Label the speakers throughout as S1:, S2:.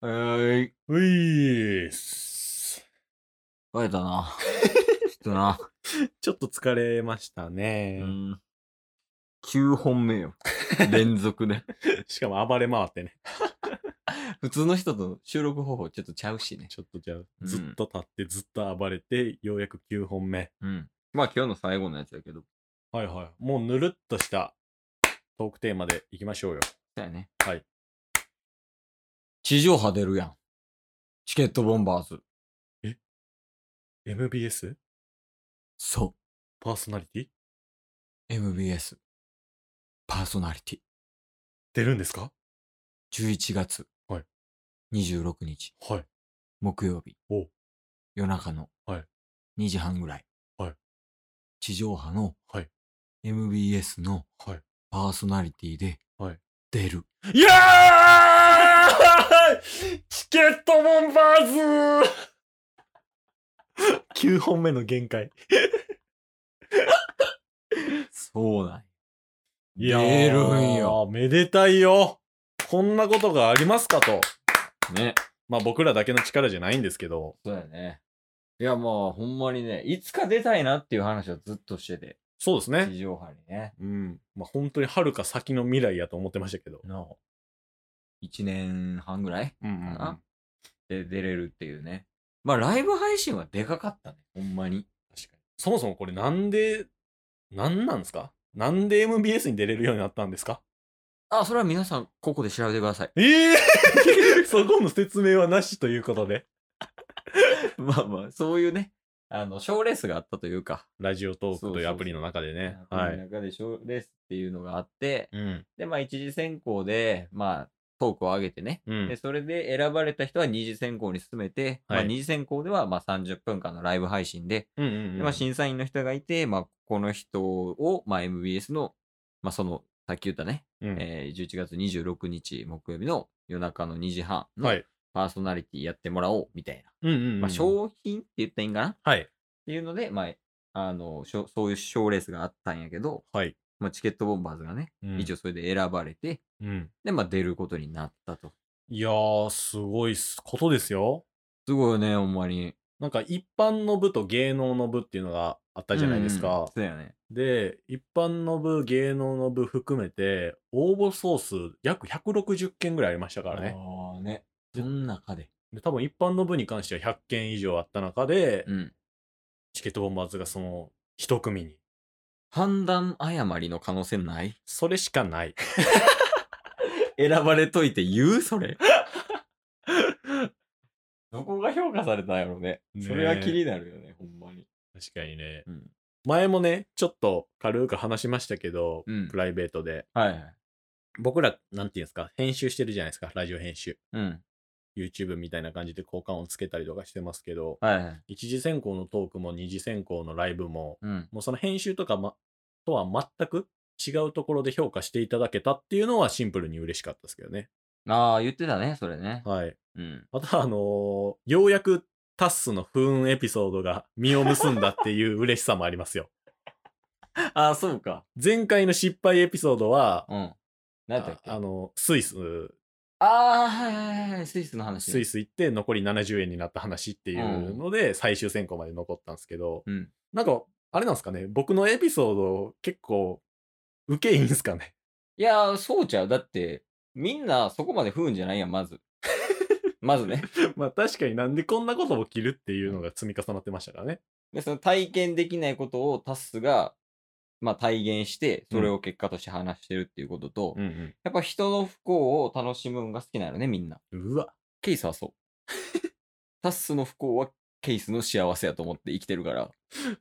S1: はい。
S2: ういーす。
S1: 疲れた な。ちょっとな。
S2: ちょっと疲れました
S1: う
S2: ね。
S1: ん。9本目 よ。連続で。
S2: しかも暴れ回ってね。
S1: 普通の人と収録方法ちょっとちゃうしね。
S2: ちょっとじゃあ、
S1: うん
S2: ずっと立って、ずっと暴れて、ようやく9本目。
S1: うん。まあ今日の最後のやつやけど。
S2: はいはい。もうぬるっとしたトークテーマでいきましょうよ。
S1: だよね。
S2: はい。
S1: 地上波出るやん。チケットボンバーズ。
S2: MBS?
S1: そ
S2: パーソナリティ
S1: う。MBS。パーソナリティ。
S2: 出るんですか
S1: 11月。
S2: はい。
S1: 26日。
S2: はい。
S1: 木曜日。
S2: お
S1: 夜中の。
S2: はい
S1: 2時半ぐらい。
S2: はい
S1: 地上波の。
S2: はい
S1: MBS の
S2: はい。
S1: パーソナリティで。
S2: はい
S1: 出る。
S2: いやーチケットボンバーズー !9 本目の限界。
S1: そうなんや
S2: いやー
S1: 出るんよ。。
S2: めでたいよ。こんなことがありますかと。
S1: ね。
S2: まあ僕らだけの力じゃないんですけど。
S1: そうやね。いや、まあ、ほんまにね、いつか出たいなっていう話はずっとしてて、
S2: そうですね。
S1: 地上波にね。
S2: うん。まあ本当に遥か先の未来やと思ってましたけど。
S1: の、1年半ぐらい
S2: うんうんうん、
S1: あで出れるっていうね。まあ、ライブ配信はでかかったね、ほんまに。
S2: 確かに。そもそもこれなんで、なんなんですかなんで MBS に出れるようになったんですか
S1: あ、それは皆さん、ここで調べてください。
S2: ええ そこの説明はなしということで。
S1: まあまあ、そういうね、あの、賞レースがあったというか、
S2: ラジオトークというアプリの中でね。は
S1: こ
S2: い。
S1: の中で賞レースっていうのがあって、
S2: うん。
S1: で、まあ、一次選考で、まあ、トークを上げてね、
S2: う
S1: で
S2: ん。
S1: それで選ばれた人は二次選考に進めて、
S2: は
S1: ま
S2: い
S1: あ、二次選考ではまあ30分間のライブ配信で、
S2: うんうんうん
S1: でまあ、審査員の人がいて、まあ、この人を、まあ、MBS の、まあ、そのさっき言ったね、
S2: うん
S1: えー11月26日木曜日の夜中の2時半
S2: は
S1: の
S2: い。
S1: パーソナリティやってもらおうみたいな、
S2: うんうんうん。
S1: まあ、商品って言ったらいいんかなっ
S2: はい。
S1: ていうので、まあ、あのしょそういう賞レースがあったんやけど、
S2: はい。
S1: まあ、チケットボンバーズがね、
S2: うん
S1: 一応それで選ばれて
S2: うん。
S1: で、まあ、出ることになったと。
S2: いやー、すごいっすことですよ。
S1: すごいよね、ほんまに。
S2: なんか一般の部と芸能の部っていうのがあったじゃないです
S1: うんうん
S2: か。
S1: そうやね。
S2: で、一般の部、芸能の部含めて、応募総数約160件ぐらいありましたからね。
S1: ああね。その中で。
S2: で、多分一般の部に関しては100件以上あった中で、
S1: うん。
S2: チケットボンバーズがその一組に。
S1: 判断誤りの可能性ない
S2: それし かない。
S1: 選ばれといて言うそれ。 どこが評価されたんやろね。
S2: ねえ
S1: それは気になるよね、ほんまに。
S2: 確かにね。
S1: うん。
S2: 前もね、ちょっと軽く話しましたけど、
S1: うん
S2: プライベートで。
S1: はいはい。
S2: 僕ら、なんていうんですか、編集してるじゃないですか、ラジオ編集。
S1: うん。
S2: YouTube みたいな感じで交換をつけたりとかしてますけど、
S1: はいはい。
S2: 一次選考のトークも二次選考のライブも、
S1: うん。
S2: もうその編集とか、ま、とは全く違うところで評価していただけたっていうのはシンプルに嬉しかったですけどね。
S1: ああ、言ってたね、それね。
S2: はい。
S1: うん。
S2: またあのーようやくタッスの不運エピソードが実を結んだっていう嬉しさもありますよ。
S1: ああ、そうか。
S2: 前回の失敗エピソードは、
S1: うん。なんだっ
S2: あ
S1: け
S2: あ
S1: あ
S2: の、スイス、
S1: あー、はいはいはい。スイスの話。
S2: スイス行って残り70円になった話っていうので、最終選考まで残ったんですけど、
S1: うん。
S2: なんか、あれなんですかね、僕のエピソード結構、受けいいんすかね。
S1: いやー、そうちゃう。だって、みんなそこまで不運じゃないやん、まず。 まずね。
S2: まあ確かになんでこんなことを切るっていうのが積み重なってましたからね。
S1: で、その体験できないことをタスが、まあ、体現して、それを結果として話してるっていうことと、
S2: うん
S1: やっぱ人の不幸を楽しむんが好きなのね、みんな。
S2: うん。うわ。
S1: ケイスはそう。タスの不幸はケイスの幸せやと思って生きてるから。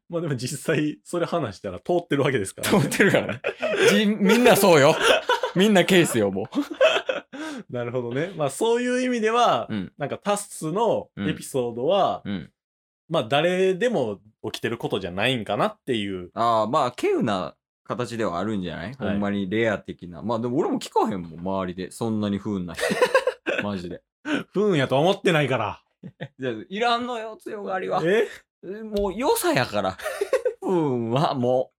S2: まあでも実際、それ話したら通ってるわけですから、
S1: と 思ってるからね。じみんなそうよ。みんなケイスよ、もう。
S2: なるほどね。まあそういう意味では、
S1: うん
S2: なんかタッスのエピソードは、
S1: うん。
S2: まあ誰でも起きてることじゃないんかなっていう。
S1: ああ、まあ、稀有な形ではあるんじゃない、ほんまにレア的な。まあ、でも俺も聞かへんもん、周りで。そんなに不運 な人。マジで。
S2: 不運やとは思ってないから。
S1: いやいらんのよ、強がりは。
S2: え
S1: えもう良さやから。 うんはも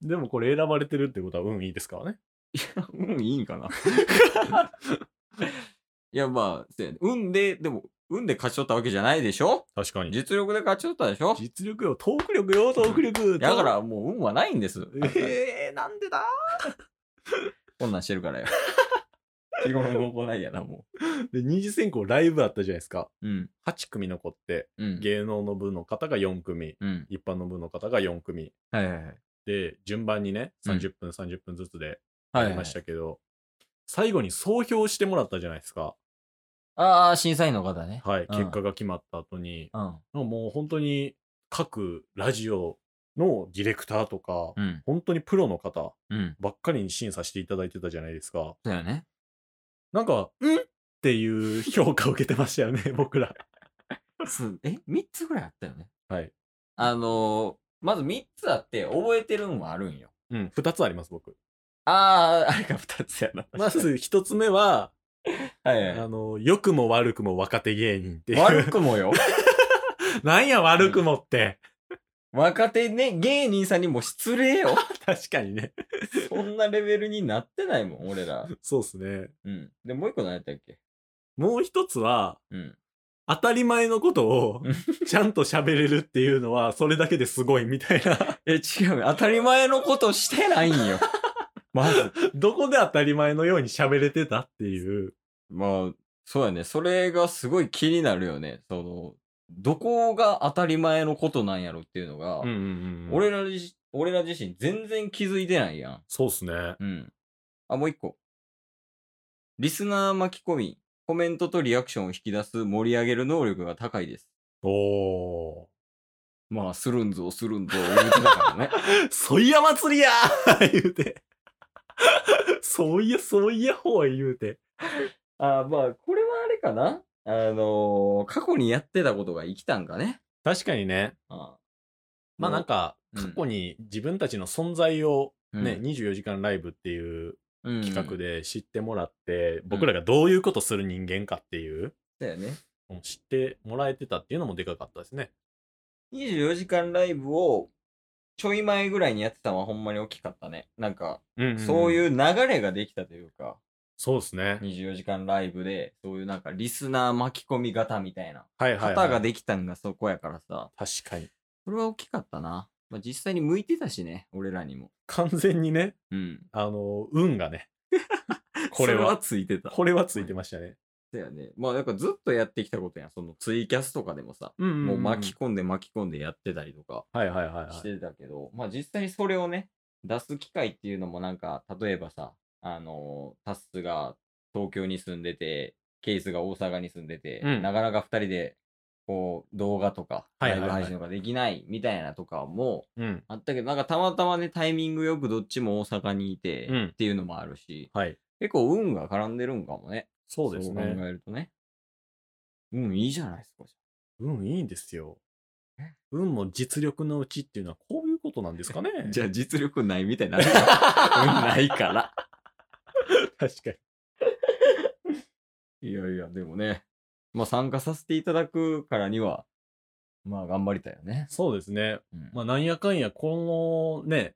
S2: でもこれ選ばれてるってことは運いいですからね。
S1: う。うん、いいんかな。 いや、まあ、せやね運で、でも、運で勝ち取ったわけじゃないでしょ
S2: 確かに。
S1: 実力で勝ち取ったでしょ
S2: 実力よ、トーク力よ、トーク力。
S1: だから、もう運はないんです。
S2: えー、なんでだ
S1: こんなんしてる からよ。日頃の行いやな、も
S2: で、二次選考ライブあったじゃないですか。
S1: う。うん。
S2: 8組残って、
S1: うん。
S2: 芸能の部の方が4組、
S1: うん。
S2: 一般の部の方が4組。
S1: はいはいはい。
S2: で、順番にね、
S1: うん
S2: 30分、30分ずつで
S1: は
S2: やりましたけど、最後に総評してもらったじゃないですか。
S1: ああ、審査員の方ね。
S2: はい、
S1: うん
S2: 結果が決まった後に、
S1: うん。
S2: なんかもう本当に各ラジオのディレクターとか、
S1: うん。
S2: 本当にプロの方
S1: うん。
S2: ばっかりに審査していただいてたじゃないですか。
S1: そうよね。
S2: なんか、うんっていう評価を受けてましたよね、 僕ら。
S1: すえ、3つぐらいあったよね。
S2: はい。
S1: あのー、まず3つあって、覚えてるんはあるんよ。
S2: うん、2つあります、僕。
S1: ああ、あれが2つやな。
S2: まず1つ目は、
S1: はい
S2: あ
S1: は
S2: の、良くも悪くも若手芸人って
S1: い。
S2: いう。
S1: 悪くもよ。
S2: なんや悪くもって。
S1: 若手ね、芸人さんにも失礼よ。
S2: 確かにね。
S1: そんなレベルになってないもん、俺ら。
S2: そうっすね。
S1: うん。で、もう一個何やったっけ
S2: もう一つは、
S1: うん。
S2: 当たり前のことを
S1: うん
S2: ちゃんと喋れるっていうのは、それだけですごいみたいな。
S1: え、違うよ。当たり前のことしてないん よ。まず。
S2: どこで当たり前のように喋れてたっていう。
S1: まあ、そうやね。それがすごい気になるよね。その、どこが当たり前のことなんやろっていうのが、
S2: ん
S1: 俺ら自俺ら自身全然気づいてないや
S2: そうっすね。
S1: ん。うん。あ、もう一個。リスナー巻き込み、コメントとリアクションを引き出す盛り上げる能力が高いです。
S2: おー。
S1: まあ、するんぞ、するんぞ、言うてたからね。
S2: そいや祭りやー 言うて。そういや、そういやほい言うて。
S1: あーまあ、これはあれかなあのー過去にやってたことが生きたんかね。
S2: 確かにね。
S1: あ
S2: まあなんか、
S1: うん
S2: 過去に自分たちの存在を
S1: ー、
S2: ね、24時間ライブっていう
S1: うん、
S2: 企画
S1: で。
S2: で知ってもらって、僕らがどういうことする人間かっていう、
S1: だよね。
S2: 知ってもらえてたっていうのもでかかったですね。
S1: 24時間ライブをちょい前ぐらいにやってたのはほんまに大きかったね。なんか、
S2: うん
S1: そう
S2: う。
S1: いう流れができたというか、
S2: そうですね。
S1: 24時間ライブで、そういうなんかリスナー巻き込み型みたいな
S2: はいはい、は
S1: 方
S2: い。
S1: ができたんがそこやからさ、
S2: 確かに。
S1: それは大きかったな。まあ、実際に向いてたしね、俺らにも。
S2: 完全にね、
S1: うん。
S2: あの、運 がね、 これは
S1: そついてた。
S2: これはついてましたね。
S1: だよね。まあ、なんかずっとやってきたことやん。そのツイキャスとかでもさ、
S2: うん
S1: もう巻き。込んで巻き込んでやってたりとか
S2: はいはいはい、は
S1: し
S2: い。
S1: てたけど、まあ実際にそれをね、出す機会っていうのもなんか、例えばさ、あのータスが東京に住んでて、ケイスが大阪に住んでて、
S2: うん
S1: なかなか2人で、こう、動画とか、
S2: はい
S1: ライ
S2: はいは
S1: ブ
S2: い
S1: 配信とかできないみたいなとかも
S2: うん。
S1: あったけど、なんかたまたまね、タイミングよくどっちも大阪にいて、
S2: うん
S1: っていうのもあるし、
S2: はい。
S1: 結構運が絡んでるんかもね。
S2: そうですね
S1: 考。えるとね。うん、いいじゃないですか。
S2: 運いいんですよ。運も実力のうちっていうのはこういうことな んですかね
S1: ゃあ実力ないみたいになる ないから。
S2: 確かに。
S1: いやいや、でもね。まあ参加させていただくからには、まあ頑張りたいよね。
S2: そうですね。
S1: うん
S2: まあなんやかんや、このね、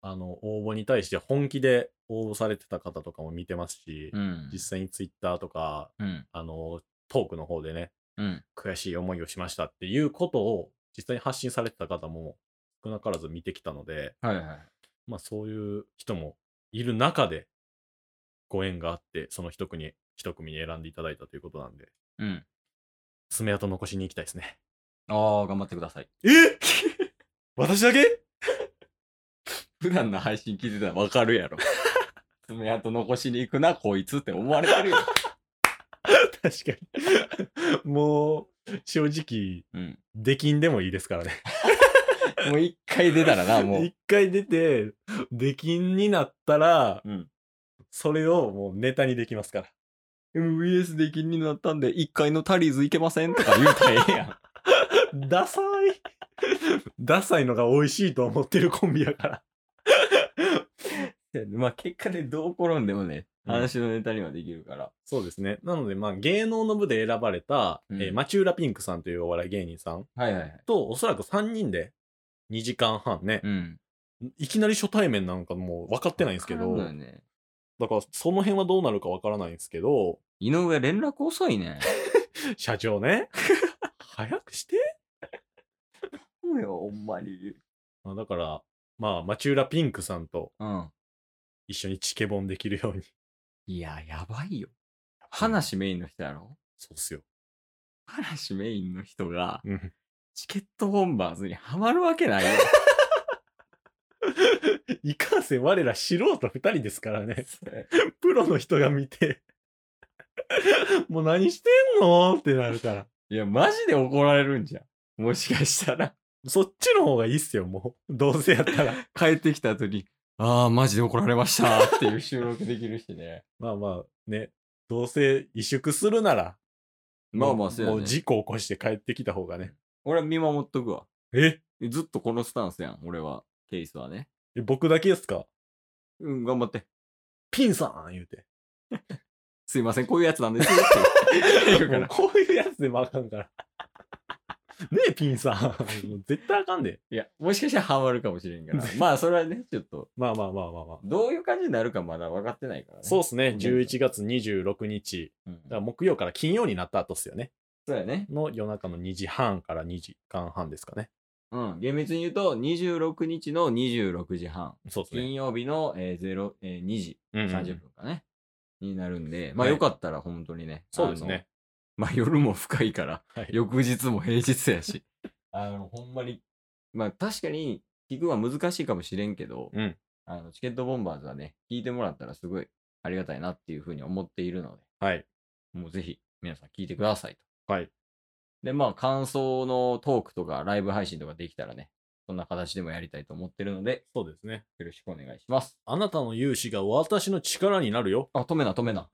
S2: あの、応募に対して本気で応募されてた方とかも見てますし、
S1: うん
S2: 実際にツイッターとか、
S1: うん。
S2: あの、トークの方でね、
S1: うん。
S2: 悔しい思いをしましたっていうことを実際に発信されてた方も少なからず見てきたので、
S1: はいはい。
S2: まあそういう人もいる中で、ご縁があって、その一組に、一組に選んでいただいたということなんで、
S1: うん。
S2: 爪痕残しに行きたいですね。
S1: ああ、頑張ってください。
S2: え 私だけ
S1: 普段の配信聞いてたらわかるやろ。 爪痕残しに行くな、こいつって思われてるよ。
S2: 確かに。 もう、正直、
S1: うん。
S2: できんでもいいですからね。
S1: もう一回出たらな、もう。
S2: 一回出て、できんになったら、
S1: うん。
S2: それをもうネタにできますから。
S1: MVS で気になったんで、1階のタリーズ行けませんとか言うたらええやん。
S2: ダ サい。ダサいのが美味しいと思ってるコンビやから。
S1: そうや ねまあ結果でどう転んでもね、
S2: うん
S1: 話のネタにはできるから。
S2: そうですね。なので、まあ、芸能の部で選ばれた、
S1: うん
S2: えーマチューラピンクさんというお笑い芸人さん
S1: はいはいはい。
S2: と、おそらく3人で、2時間半ね、
S1: うん。
S2: いきなり初対面なんかもう分かってないんですけど、
S1: わからんのよね
S2: だからその辺はどうなるかわからないんですけど、
S1: 井上連絡遅いね。
S2: 社長ね。早くして。
S1: そうよ、ほんまに。
S2: まあ、だから、まあ、町浦ピンクさんと
S1: うん。
S2: 一緒にチケボンできるように。
S1: いや、やばいよ。話メインの人やろ
S2: そうっすよ。
S1: 話メインの人が、
S2: うん。
S1: チケットボンバーズにハマるわけ ないよ。
S2: いかんせん我ら素人二人ですからね。
S1: それ
S2: プロの人が見て、もう何してんのってなるから。
S1: いや、マジで怒られるんじゃん。もしかしたら、
S2: そっちの方がいいっすよ、もう。どうせやったら。
S1: 帰ってきた後に、ああ、マジで怒られましたっていう収録できるしね。
S2: まあまあ、ね。どうせ萎縮するなら、
S1: まあま
S2: も
S1: あ、
S2: う
S1: そうや
S2: もう
S1: ね。
S2: 事故起こして帰ってきた方がね。
S1: 俺は見守っとくわ。
S2: え
S1: ずっとこのスタンスやん、俺は。ケイスはね。
S2: え僕だけですか
S1: うん、頑張って。
S2: ピンさん言うて。
S1: すいません、こういうやつなんですよ って言う言うから。
S2: もう
S1: い
S2: こういうやつでもあかんから。ねえ、ピンさん。もう絶対あかんで。
S1: や、もしかしたらハマるかもしれん から。まあ、それはね、ちょっと、
S2: まあまあまあまあまあ。
S1: どういう感じになるかまだ分かってないからね。
S2: そうっすね。11月26日。
S1: うん。
S2: だから木曜から金曜になった後っすよね。
S1: そうやね。
S2: の夜中の2時半から2時間半ですかね。
S1: うん。厳密に言うと、26日の26時半。
S2: そうです
S1: 金
S2: ね。
S1: 曜日の、えー0えー2時
S2: うんうん
S1: 30分かね、になるんで、まあ
S2: はい
S1: よかったら本当にね、
S2: そうですね。
S1: あの。まあ夜も深いから、
S2: はい
S1: 翌日も平日やし。あの、ほんまに。まあ確かに、聞くのは難しいかもしれんけど、
S2: うん
S1: あのチケットボンバーズはね、聞いてもらったらすごいありがたいなっていうふうに思っているので、
S2: はい。
S1: もうぜひ皆さん聞いてくださいと。
S2: はい。
S1: で、まあ感想のトークとかライブ配信とかできたらね、そんな形でもやりたいと思ってるので、
S2: そうですね。
S1: よろしくお願いします。
S2: あなたの勇姿が私の力になるよ。
S1: あ、止めな、止めな。